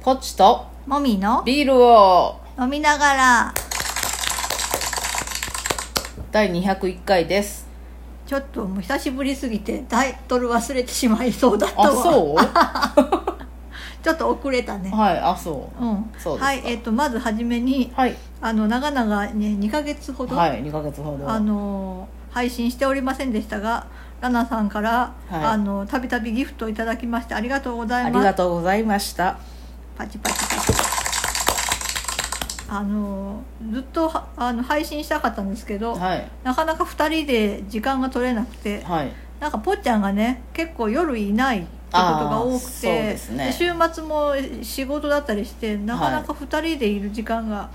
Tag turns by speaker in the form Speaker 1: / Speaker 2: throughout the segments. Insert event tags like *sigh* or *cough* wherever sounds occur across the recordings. Speaker 1: ポチと
Speaker 2: もみの
Speaker 1: ビールを
Speaker 2: 飲みながら
Speaker 1: 第201回です
Speaker 2: ちょっともう久しぶりすぎてタイトル忘れてしまいそうだった
Speaker 1: あ
Speaker 2: わ
Speaker 1: そう
Speaker 2: ちょっと遅れ *laughs* たね、
Speaker 1: はいあそ
Speaker 2: うん
Speaker 1: そうですか
Speaker 2: はいえっ、とまず初めに
Speaker 1: うはい
Speaker 2: あの長々ね2ヶ月ほど、
Speaker 1: はい2ヶ月ほど
Speaker 2: あの配信しておりませんでしたがラナさんから、
Speaker 1: はい
Speaker 2: あのたびたびギフトをいただきましてありがとうござい
Speaker 1: あ
Speaker 2: ま
Speaker 1: り
Speaker 2: す
Speaker 1: がとうございました
Speaker 2: パチパチパチあのずっとはあの配信したかったんですけど、
Speaker 1: はい
Speaker 2: なかなか2人で時間が取れなくて
Speaker 1: はい
Speaker 2: なんかぽっちゃんがね結構夜いないってことが多
Speaker 1: あー
Speaker 2: く
Speaker 1: そう
Speaker 2: て、
Speaker 1: ですね
Speaker 2: で週末も仕事だったりしてなかなか2人でいる時間が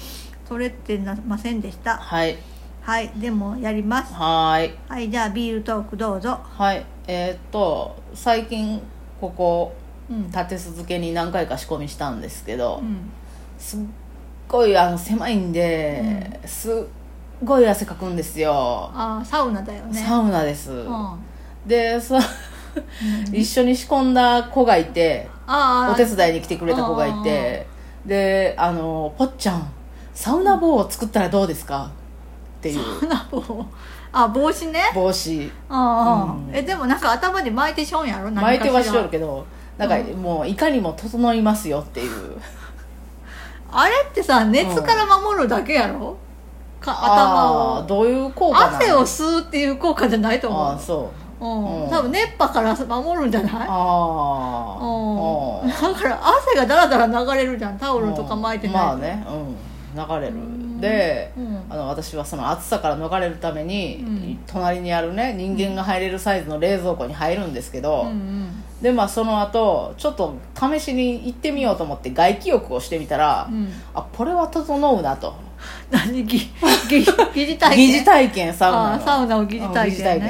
Speaker 2: 取れてなませんでした
Speaker 1: はい
Speaker 2: はいでもやります
Speaker 1: はーい
Speaker 2: はいじゃあビールトークどうぞ、
Speaker 1: はいえーっと最近ここ
Speaker 2: うん
Speaker 1: 立て続けに何回か仕込みしたんですけど、
Speaker 2: うん
Speaker 1: すっごいあの狭いんで、すっごい汗かくんですよ、
Speaker 2: あーサウナだよね
Speaker 1: サウナです、
Speaker 2: うん、あ
Speaker 1: でそ *laughs* 一緒に仕込んだ子がいて
Speaker 2: あ
Speaker 1: お手伝いに来てくれた子がいてであの「ぽっちゃんサウナ棒を作ったらどうですか?」っていう
Speaker 2: サウナ帽あ帽子ね
Speaker 1: 帽子
Speaker 2: ああ、
Speaker 1: うん
Speaker 2: えでもなんか頭で巻いてしょんやろ何か
Speaker 1: 巻いてはし
Speaker 2: ら
Speaker 1: とるけどなんかもういかにも整いますよっていう
Speaker 2: あれってさ熱から守るだけやろ、か頭
Speaker 1: あ
Speaker 2: を
Speaker 1: ーどういう効果なの
Speaker 2: 汗を吸うっていう効果じゃないと
Speaker 1: あ
Speaker 2: 思
Speaker 1: あそう
Speaker 2: う、うん
Speaker 1: うん
Speaker 2: 多分熱波から守るんじゃない
Speaker 1: ああ
Speaker 2: うん、だから汗がだらだら流れるじゃんタオルとか巻いてないと
Speaker 1: まあねうん流れ
Speaker 2: うん
Speaker 1: るで、
Speaker 2: うん
Speaker 1: あの私はその暑さから逃れるために、
Speaker 2: うん
Speaker 1: 隣にあるね人間が入れるサイズの冷蔵庫に入るんですけど、
Speaker 2: うんうん
Speaker 1: でまあその後ちょっと試しに行ってみようと思って外気浴をしてみたら、
Speaker 2: うん
Speaker 1: あこれは整うなと
Speaker 2: *laughs* 何ぎぎ疑似体験
Speaker 1: 疑似体験サウナ
Speaker 2: あー
Speaker 1: の
Speaker 2: サウナを疑似体験ね
Speaker 1: うん疑似体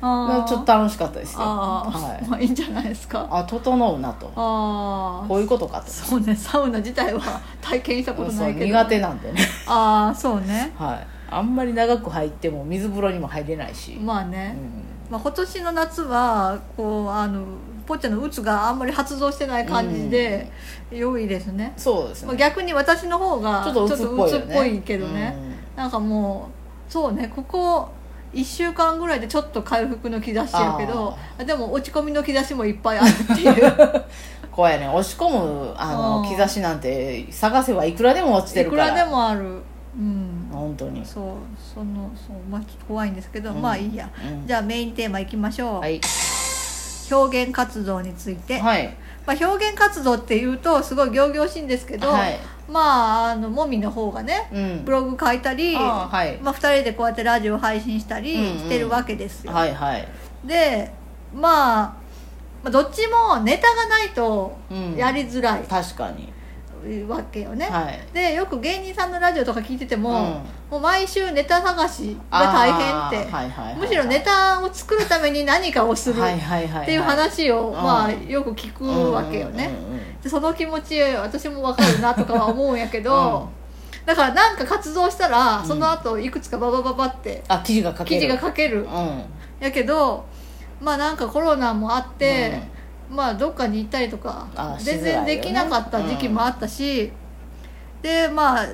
Speaker 2: あ
Speaker 1: 験
Speaker 2: ー
Speaker 1: ちょっと楽しかったですよ
Speaker 2: あー、
Speaker 1: はい
Speaker 2: まあいいんじゃないですか
Speaker 1: あ整うなと
Speaker 2: ああ
Speaker 1: こういうことかと
Speaker 2: そうねサウナ自体は体験したこと
Speaker 1: そ
Speaker 2: な
Speaker 1: う
Speaker 2: いけど
Speaker 1: 苦手なんでね
Speaker 2: ああそうね
Speaker 1: はい、あんまり長く入っても水風呂にも入れないし、
Speaker 2: まあ
Speaker 1: う
Speaker 2: ね、
Speaker 1: ん
Speaker 2: まあ、今年の夏はこうあのポッチャの鬱があんまり発動してない感じで、良いですね、
Speaker 1: そうです
Speaker 2: まあ、
Speaker 1: ね
Speaker 2: 逆に私の方が
Speaker 1: ち
Speaker 2: ち
Speaker 1: ょ
Speaker 2: ょ
Speaker 1: っ
Speaker 2: っ
Speaker 1: と鬱
Speaker 2: と鬱
Speaker 1: っ
Speaker 2: っ
Speaker 1: ぽいよね
Speaker 2: ぽいけどね、なんかもうそうねここ1週間ぐらいでちょっと回復の兆しやけどでも落ち込みの兆しもいっぱいあるってい
Speaker 1: *laughs* う
Speaker 2: う
Speaker 1: んこうやね押し込むあの
Speaker 2: うん
Speaker 1: 兆しなんて探せばいくらでも落ちて
Speaker 2: い
Speaker 1: る
Speaker 2: く
Speaker 1: から
Speaker 2: らでもあるうん
Speaker 1: 本当に、
Speaker 2: そうそのそうまあちょっと怖いんですけど、
Speaker 1: うん
Speaker 2: まあいいや
Speaker 1: うん
Speaker 2: じゃあメインテーマいきましょう、
Speaker 1: はい、
Speaker 2: 表現活動について、
Speaker 1: はい
Speaker 2: まあ、表現活動っていうとすごい仰々しいんですけど、
Speaker 1: はい
Speaker 2: まああのもみの方がね
Speaker 1: うん
Speaker 2: ブログ書いたり
Speaker 1: あーはい
Speaker 2: まあ、2人でこうやってラジオ配信したり
Speaker 1: うんうん
Speaker 2: してるわけですよ、
Speaker 1: はいはい
Speaker 2: でまあまあどっちもネタがないと
Speaker 1: うん
Speaker 2: やりづらい
Speaker 1: 確かに
Speaker 2: わけよね、
Speaker 1: はい
Speaker 2: でよく芸人さんのラジオとか聞いてても、
Speaker 1: うん
Speaker 2: もう毎週ネタ探し
Speaker 1: あ
Speaker 2: が大
Speaker 1: ー
Speaker 2: 変って、
Speaker 1: はいはいはい
Speaker 2: むしろネタを作るために何かをする
Speaker 1: はい
Speaker 2: っ
Speaker 1: はいはいはい
Speaker 2: ていう話を、
Speaker 1: ん
Speaker 2: まあ、よく聞くわけよね、
Speaker 1: うんうんうん
Speaker 2: でその気持ち私もわかるなとかは思うんやけど、だからなんか活動したらその後いくつかババババって
Speaker 1: あ記事が書け
Speaker 2: 記
Speaker 1: る
Speaker 2: 事が書ける
Speaker 1: うん
Speaker 2: やけどまあなんかコロナもあって、まあどっかに行ったりとか
Speaker 1: あしづらい
Speaker 2: 全
Speaker 1: よね
Speaker 2: 然できなかった時期もあったし、でまあ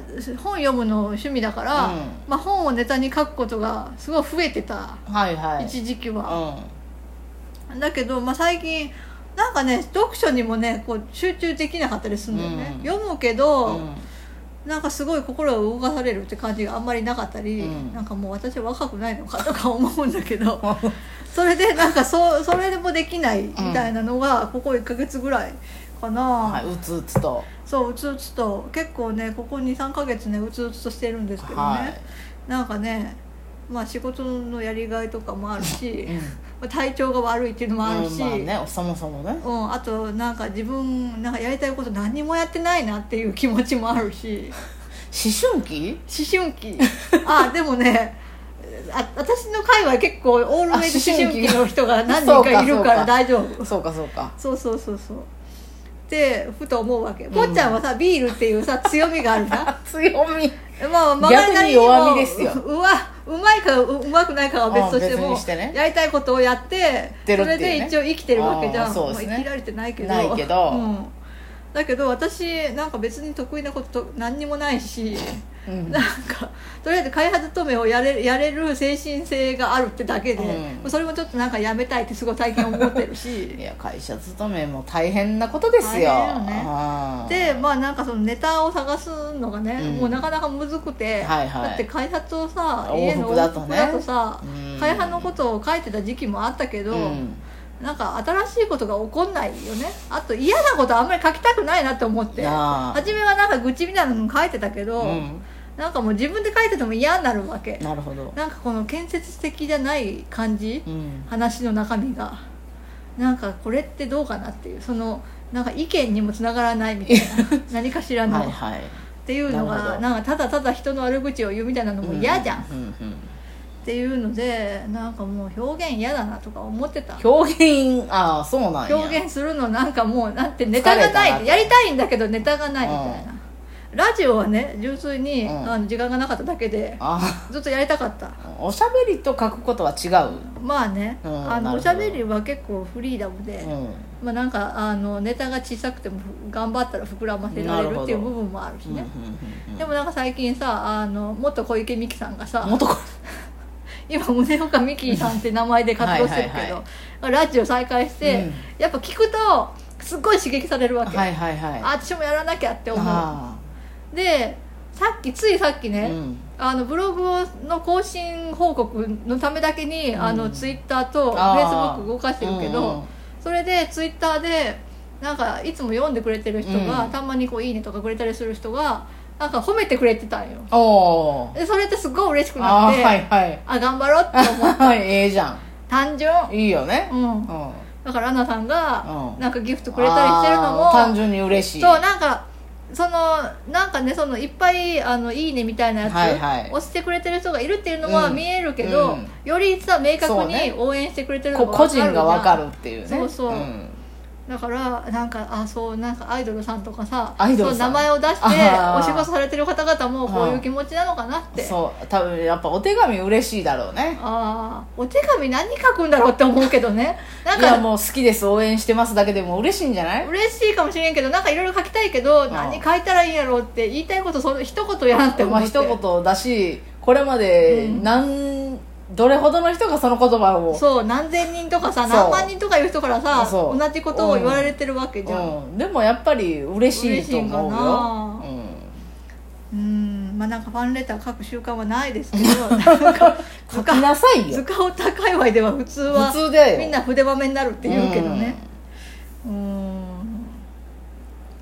Speaker 2: 本読むの趣味だから、
Speaker 1: うん
Speaker 2: まあ、本をネタに書くことがすごい増えてた
Speaker 1: うんはいはい
Speaker 2: 一時期は、
Speaker 1: う
Speaker 2: だけど、まあ、最近なんかね読書にもねこう集中できなかったりするんだよね、
Speaker 1: うん
Speaker 2: 読むけど、
Speaker 1: んうん
Speaker 2: なんかすごい心を動かされるって感じがあんまりなかったり、
Speaker 1: うん
Speaker 2: なんかもう私は若くないのかとか思うんだ
Speaker 1: *laughs*
Speaker 2: けどそれでなんかそうそれでもできないみたいなのがここ1ヶ月ぐらいかな、
Speaker 1: はいうつうつと
Speaker 2: そううつうつと結構ねここ23ヶ月ねうつうつとしてるんですけどね、
Speaker 1: はい
Speaker 2: なんかねまあ仕事のやりがいとかもあるし、
Speaker 1: うん
Speaker 2: まあ体調が悪いっていうのもあるし、
Speaker 1: うんまあねそもそもね
Speaker 2: うん、あとなんか自分なんかやりたいこと何もやってないなっていう気持ちもあ
Speaker 1: *laughs*
Speaker 2: るし
Speaker 1: 思春期
Speaker 2: 思春期あでもねあ私の界隈結構オールメイド
Speaker 1: あ思
Speaker 2: 思
Speaker 1: 春期
Speaker 2: 春期の人が何人かいるから大丈夫
Speaker 1: そうかそうか
Speaker 2: そうそうそうそうってふと思うわけぽっちゃんはさビールっていうさ強みがあるな
Speaker 1: 強み
Speaker 2: まあ曲がりなりにも
Speaker 1: 逆に弱みですよ
Speaker 2: ううわうまいかううまくないかは別として
Speaker 1: あ別
Speaker 2: も
Speaker 1: にしてね
Speaker 2: やりたいことをやって
Speaker 1: てるっ
Speaker 2: そ
Speaker 1: てい
Speaker 2: れ
Speaker 1: うね
Speaker 2: で一応生きてるわけじゃ
Speaker 1: あ
Speaker 2: ん
Speaker 1: そうですね
Speaker 2: まあ生きられてないけど
Speaker 1: ないけど
Speaker 2: うん、だけど私なんか別に得意なことと何にもないし
Speaker 1: うん
Speaker 2: なんかとりあえず開発止めをやれやれる精神性があるってだけで、
Speaker 1: うん
Speaker 2: それもちょっとなんかやめたいってすごい最近思ってる
Speaker 1: い
Speaker 2: し
Speaker 1: や会社勤めも大変なことですよ
Speaker 2: 大変よね
Speaker 1: うん
Speaker 2: でまあなんかそのネタを探すのがね、
Speaker 1: うん
Speaker 2: もうなかなかむずくて、
Speaker 1: はいはい
Speaker 2: だって開発をさ
Speaker 1: 往
Speaker 2: 家
Speaker 1: 復
Speaker 2: の
Speaker 1: だ
Speaker 2: 往
Speaker 1: と
Speaker 2: 復
Speaker 1: ね
Speaker 2: だとさ
Speaker 1: うん
Speaker 2: 開発のことを書いてた時期もあったけど、
Speaker 1: うん
Speaker 2: なんか新しいことが起こんないよねあと嫌なことあんまり書きたくないなって思って
Speaker 1: なあ
Speaker 2: 初めはなんか愚痴みたいなのも書いてたけど、
Speaker 1: うん
Speaker 2: なんかもう自分で書いてても嫌になるわけ
Speaker 1: なるほど
Speaker 2: なんかこの建設的じゃない感じ、
Speaker 1: うん
Speaker 2: 話の中身がなんかこれってどうかなっていうそのなんか意見にもつながらないみたいな何かしらの、
Speaker 1: はいはい
Speaker 2: っていうの
Speaker 1: なるほ
Speaker 2: が
Speaker 1: ど
Speaker 2: なんかただただ人の悪口を言うみたいなのも嫌じゃん、っ
Speaker 1: ううん
Speaker 2: ていうのでなんかもう表現嫌だなとか思ってた
Speaker 1: うん表現ああそうなんや
Speaker 2: 表現するのなんかもうなんてネタがない
Speaker 1: 疲れたな
Speaker 2: やりたいんだけどネタがないみたいな、ラジオはね純粋に、
Speaker 1: うん
Speaker 2: あの時間がなかっただけで
Speaker 1: あ
Speaker 2: ずっとやりたかった
Speaker 1: あおしゃべりと書くことは違う
Speaker 2: まあね、
Speaker 1: うん
Speaker 2: あ
Speaker 1: なるほど
Speaker 2: のおしゃべりは結構フリーダムで、
Speaker 1: う
Speaker 2: まあ、なんかあのネタが小さくても頑張ったら膨らませられるっていう部分もあるし
Speaker 1: ん
Speaker 2: ね、
Speaker 1: うん
Speaker 2: でもなんか最近さあの元小池美樹さんがさ *laughs*
Speaker 1: 元子
Speaker 2: 今宗岡美樹さんって名前で活動してるけど
Speaker 1: はいはい
Speaker 2: ラジオ再開して、
Speaker 1: うん
Speaker 2: やっぱ聞くとすっごい刺激されるわけ、
Speaker 1: はいはいはい
Speaker 2: あ私もやらなきゃって思う
Speaker 1: あ
Speaker 2: でさっきついさっき
Speaker 1: あ
Speaker 2: ね、
Speaker 1: うん
Speaker 2: あのブログの更新報告のためだけに、
Speaker 1: うん
Speaker 2: あのツイッターとフェイスブ
Speaker 1: あー
Speaker 2: ック動かしてるけ
Speaker 1: うんう
Speaker 2: ど
Speaker 1: ん
Speaker 2: それでツイッターでなんかいつも読んでくれてる人が、
Speaker 1: うん
Speaker 2: たまにこう「いいね」とかくれたりする人がなんか褒めてくれてたんよ
Speaker 1: おー
Speaker 2: でそれってすごい嬉しくな
Speaker 1: あ
Speaker 2: っ
Speaker 1: ー
Speaker 2: てあ,、
Speaker 1: はいはい
Speaker 2: 頑張ろうって
Speaker 1: *laughs*
Speaker 2: 思う
Speaker 1: はいええじゃん
Speaker 2: 単純、
Speaker 1: いいよね
Speaker 2: うん
Speaker 1: う、ん
Speaker 2: だからアナさんが
Speaker 1: うん
Speaker 2: なんかギフトくれたりしてるのも
Speaker 1: あー単純に嬉しい
Speaker 2: そうなんかそのなんかねそのいっぱい「あのいいね」みたいなやつ、
Speaker 1: はいはい
Speaker 2: 押してくれてる人がいるっていうのは
Speaker 1: うん
Speaker 2: 見えるけど、
Speaker 1: うん
Speaker 2: よりさ明確
Speaker 1: そう
Speaker 2: に
Speaker 1: ね
Speaker 2: 応援してくれてる
Speaker 1: こ
Speaker 2: の
Speaker 1: う
Speaker 2: が
Speaker 1: 個人が
Speaker 2: わ
Speaker 1: 分か
Speaker 2: じゃ
Speaker 1: る
Speaker 2: ん
Speaker 1: っていうね
Speaker 2: そうそうんだからなんかあそうなんかアイドルさんとかさ
Speaker 1: アイドルさん
Speaker 2: そう名前を出して
Speaker 1: あー
Speaker 2: お仕事されてる方々もこういう気持ちなのかなって
Speaker 1: そう多分やっぱお手紙嬉しいだろうね
Speaker 2: あーお手紙何書くんだろうって思うけどね
Speaker 1: *laughs*
Speaker 2: なん
Speaker 1: いや
Speaker 2: か
Speaker 1: もう好きです応援してますだけでも嬉しいんじゃない
Speaker 2: 嬉しいかもしれんけどなんかいろいろ書きたいけど
Speaker 1: ん
Speaker 2: 何書いたらいいんやろうって言いたいことその一言やなって思
Speaker 1: ま
Speaker 2: っ
Speaker 1: あ
Speaker 2: て、
Speaker 1: 一言だしこれまで
Speaker 2: うん
Speaker 1: 何、どれほどの人がその言葉を
Speaker 2: そう何千人とかさ
Speaker 1: そう
Speaker 2: 何万人とかいう人からさ
Speaker 1: そ
Speaker 2: 同
Speaker 1: う
Speaker 2: じことを言われてるわけじゃん、
Speaker 1: うん、でもやっぱり嬉しいと思うよ
Speaker 2: 嬉、
Speaker 1: うん、
Speaker 2: うんまあなんかファンレター書く習慣はないです
Speaker 1: *laughs*
Speaker 2: けどなんか
Speaker 1: 書きなさい
Speaker 2: 図
Speaker 1: よ
Speaker 2: 鑑高界隈では普通は
Speaker 1: 普通だよ
Speaker 2: みんな筆まめになるって言うけどねうん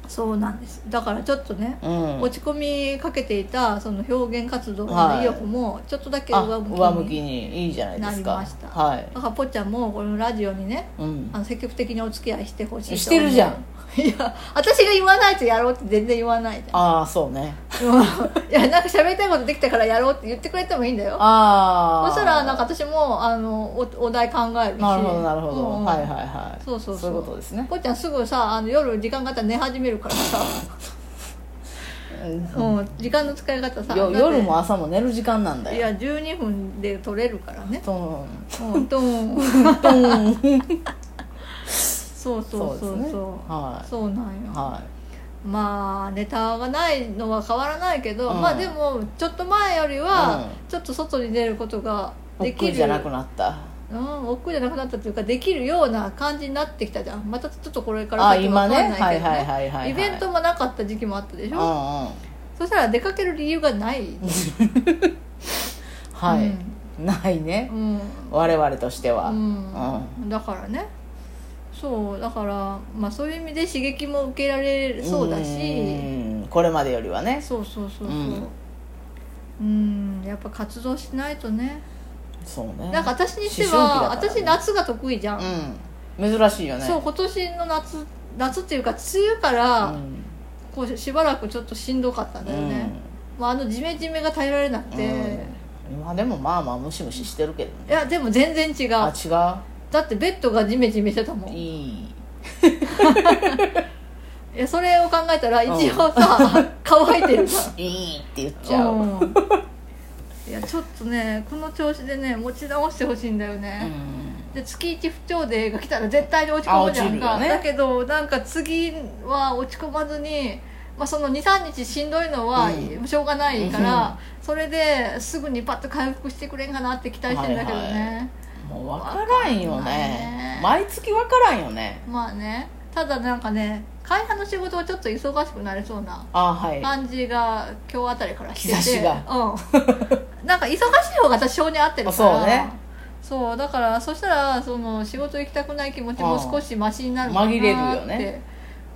Speaker 2: そうなんですだからちょっとね、
Speaker 1: うん、
Speaker 2: 落ち込みかけていたその表現活動
Speaker 1: は
Speaker 2: の
Speaker 1: い
Speaker 2: 意欲もちょっとだけ
Speaker 1: あ
Speaker 2: 上向きに
Speaker 1: 上向きにいいじゃないですか
Speaker 2: なりました
Speaker 1: はい、
Speaker 2: だからぽっちゃんもこのラジオにね
Speaker 1: うん
Speaker 2: あ、の積極的にお付き合いしてほしいと思う
Speaker 1: してるじゃん
Speaker 2: *laughs* いや私が言わないとやろうって全然言わないじゃん
Speaker 1: ああそうね
Speaker 2: うん *laughs* いやなんか喋りたいことできたからやろうって言ってくれてもいいんだよ
Speaker 1: ああ
Speaker 2: そしたらなんか私もあのおお題考えるし
Speaker 1: なるほどなるほど、
Speaker 2: うん
Speaker 1: はいはいはい
Speaker 2: そうそうそう
Speaker 1: そういうことですね
Speaker 2: ぽっちゃんすぐさあの夜時間があったら寝始めるからさ、
Speaker 1: うん
Speaker 2: うん、時間の使い方さ
Speaker 1: よ
Speaker 2: だって
Speaker 1: 夜も朝も寝る時間なんだ
Speaker 2: い
Speaker 1: よ
Speaker 2: や12分で取れるからね
Speaker 1: トン
Speaker 2: うんとん
Speaker 1: トン
Speaker 2: そう
Speaker 1: そ
Speaker 2: *laughs* そうう
Speaker 1: で
Speaker 2: そ
Speaker 1: す
Speaker 2: う
Speaker 1: ね
Speaker 2: そう
Speaker 1: は
Speaker 2: そうなん
Speaker 1: い
Speaker 2: よ
Speaker 1: は
Speaker 2: まあネタがないのは変わらないけど、
Speaker 1: うん
Speaker 2: まあでもちょっと前よりは
Speaker 1: う
Speaker 2: ちょっと外に出ることが
Speaker 1: い
Speaker 2: でき
Speaker 1: 僕
Speaker 2: る
Speaker 1: じゃなくなった
Speaker 2: うん、億劫じゃなくなったというかできるような感じになってきたじゃんまたちょっとこれから
Speaker 1: あ
Speaker 2: ちょっと
Speaker 1: 今
Speaker 2: わ
Speaker 1: ね
Speaker 2: かんな
Speaker 1: はい
Speaker 2: いけど
Speaker 1: はいはいはい
Speaker 2: イベントもなかった時期もあったでし
Speaker 1: うんう
Speaker 2: ょ、
Speaker 1: んは
Speaker 2: そしたら出かける理由がない、
Speaker 1: いないね
Speaker 2: うん
Speaker 1: 我々としては
Speaker 2: うんだからねそうだから、まあ、そういう意味で刺激も受けられそうだし
Speaker 1: うんこれまでよりはね
Speaker 2: そうそうそうそう
Speaker 1: うん
Speaker 2: うんやっぱ活動しないとね
Speaker 1: そうね
Speaker 2: なんか私にして
Speaker 1: 思
Speaker 2: は、
Speaker 1: 春期だからね
Speaker 2: 私夏が得意じゃん、
Speaker 1: うん珍しいよね
Speaker 2: そう今年の夏夏っていうか梅雨から、
Speaker 1: うん
Speaker 2: こうしばらくちょっとしんどかったんだよね、まあ、あのジメジメが耐えられなく
Speaker 1: うん
Speaker 2: て、
Speaker 1: うんまあでもまあまあムシムシしてるけどね
Speaker 2: いやでも全然違う
Speaker 1: あ
Speaker 2: だ
Speaker 1: 違
Speaker 2: ってベッドがジメジメしてたも
Speaker 1: うん
Speaker 2: い
Speaker 1: いい
Speaker 2: やそれを考えたら一応さ、
Speaker 1: *laughs*
Speaker 2: 乾いてるじ
Speaker 1: いいって言っち
Speaker 2: ゃ
Speaker 1: ゃう、
Speaker 2: ん、
Speaker 1: うん
Speaker 2: うんいやちょっとねこの調子でね持ち直してほしいんだよね、で月一不調でが来たら絶対に落ち込むじゃん
Speaker 1: あ
Speaker 2: か、
Speaker 1: 落ちるよね
Speaker 2: だけどなんか次は落ち込まずに、まあ、その23日しんどいのは
Speaker 1: うん
Speaker 2: しょうがないから、それですぐにパッと回復してくれんかなって期待してんだけどね、
Speaker 1: はいもう分からんよ
Speaker 2: わからん
Speaker 1: ね
Speaker 2: ね
Speaker 1: 毎月分からんよね
Speaker 2: まあねただなんかね会派の仕事はちょっと忙しくなりそうな
Speaker 1: あはい
Speaker 2: 感じが今日あたりからしてて
Speaker 1: 日差しが
Speaker 2: うん、なんか忙しい方が私性に合ってるから
Speaker 1: あそうね
Speaker 2: そうだからそしたらその仕事行きたくない気持ちも少しマシになる
Speaker 1: 紛れるよね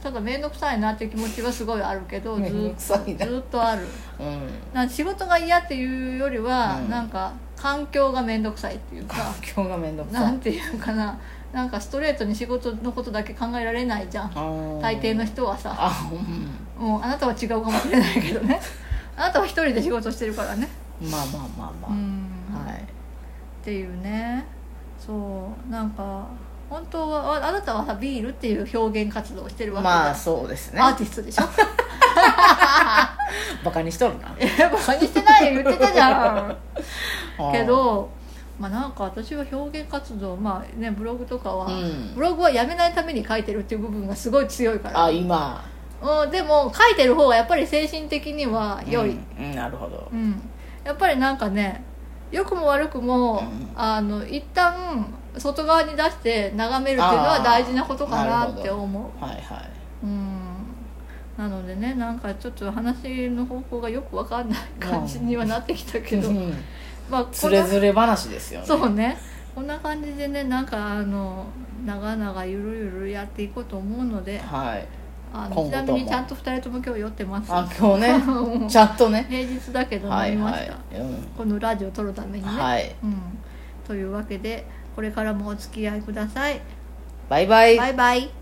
Speaker 2: ただ面倒くさいなっていう気持ちはすごいあるけどずっ
Speaker 1: 面倒くさいな
Speaker 2: ずっとある
Speaker 1: うん
Speaker 2: なんか仕事が嫌っていうよりは、
Speaker 1: うん
Speaker 2: なんか環境が面倒くさいっていうか
Speaker 1: 今日が面倒く
Speaker 2: な
Speaker 1: さ
Speaker 2: んていうかななんかストレートに仕事のことだけ考えられないじゃん
Speaker 1: い
Speaker 2: 大抵の
Speaker 1: 人
Speaker 2: 人はさ
Speaker 1: あうん
Speaker 2: もうあなたは違うかもしれないけどねあなたは一人で仕事してるからね
Speaker 1: まあまあまあ
Speaker 2: う
Speaker 1: ま
Speaker 2: ん、
Speaker 1: あは
Speaker 2: っ
Speaker 1: い
Speaker 2: ていうねそうなんか本当はああなたはさビールっていう表現活動をしてるわけじゃん
Speaker 1: まあそうですね
Speaker 2: アーティストでしょ
Speaker 1: バカにしとるない
Speaker 2: やバカにしてないよ言ってた
Speaker 1: *laughs*
Speaker 2: じゃんけ
Speaker 1: あ
Speaker 2: どまあなんか私は表現活動まあねブログとかは、
Speaker 1: ーうん
Speaker 2: ブログはやめないために書いてるっていう部分がすごい強いから
Speaker 1: あ今
Speaker 2: うん、でも書いてる方がやっぱり精神的には良い、
Speaker 1: うんうんなるほど
Speaker 2: うん、やっぱりなんかね良くも悪くも、
Speaker 1: うん
Speaker 2: あの一旦外側に出して眺めるっていうのは大事なことか
Speaker 1: あ
Speaker 2: な
Speaker 1: ー
Speaker 2: って思
Speaker 1: はいはいう
Speaker 2: うんなのでねなんかちょっと話の方向がよくわかんない感じにはなってきたけど、
Speaker 1: うん
Speaker 2: まあこんな
Speaker 1: つれづれ話ですよね
Speaker 2: そうねこんな感じでねなんかあの長々ゆるゆるやっていこうと思うので
Speaker 1: はい
Speaker 2: あ
Speaker 1: 今
Speaker 2: の
Speaker 1: 後
Speaker 2: ち
Speaker 1: と
Speaker 2: な
Speaker 1: も
Speaker 2: みにちゃんと2人とも今日酔ってます
Speaker 1: あ今
Speaker 2: *laughs*
Speaker 1: 日ねちゃんとね
Speaker 2: 平日だけど
Speaker 1: は
Speaker 2: 飲
Speaker 1: い
Speaker 2: みま
Speaker 1: は
Speaker 2: した、
Speaker 1: いうん
Speaker 2: このラジオ撮るためにね、
Speaker 1: はい
Speaker 2: うん、というわけでこれからもお付き合いください
Speaker 1: バイバイ
Speaker 2: バイバイ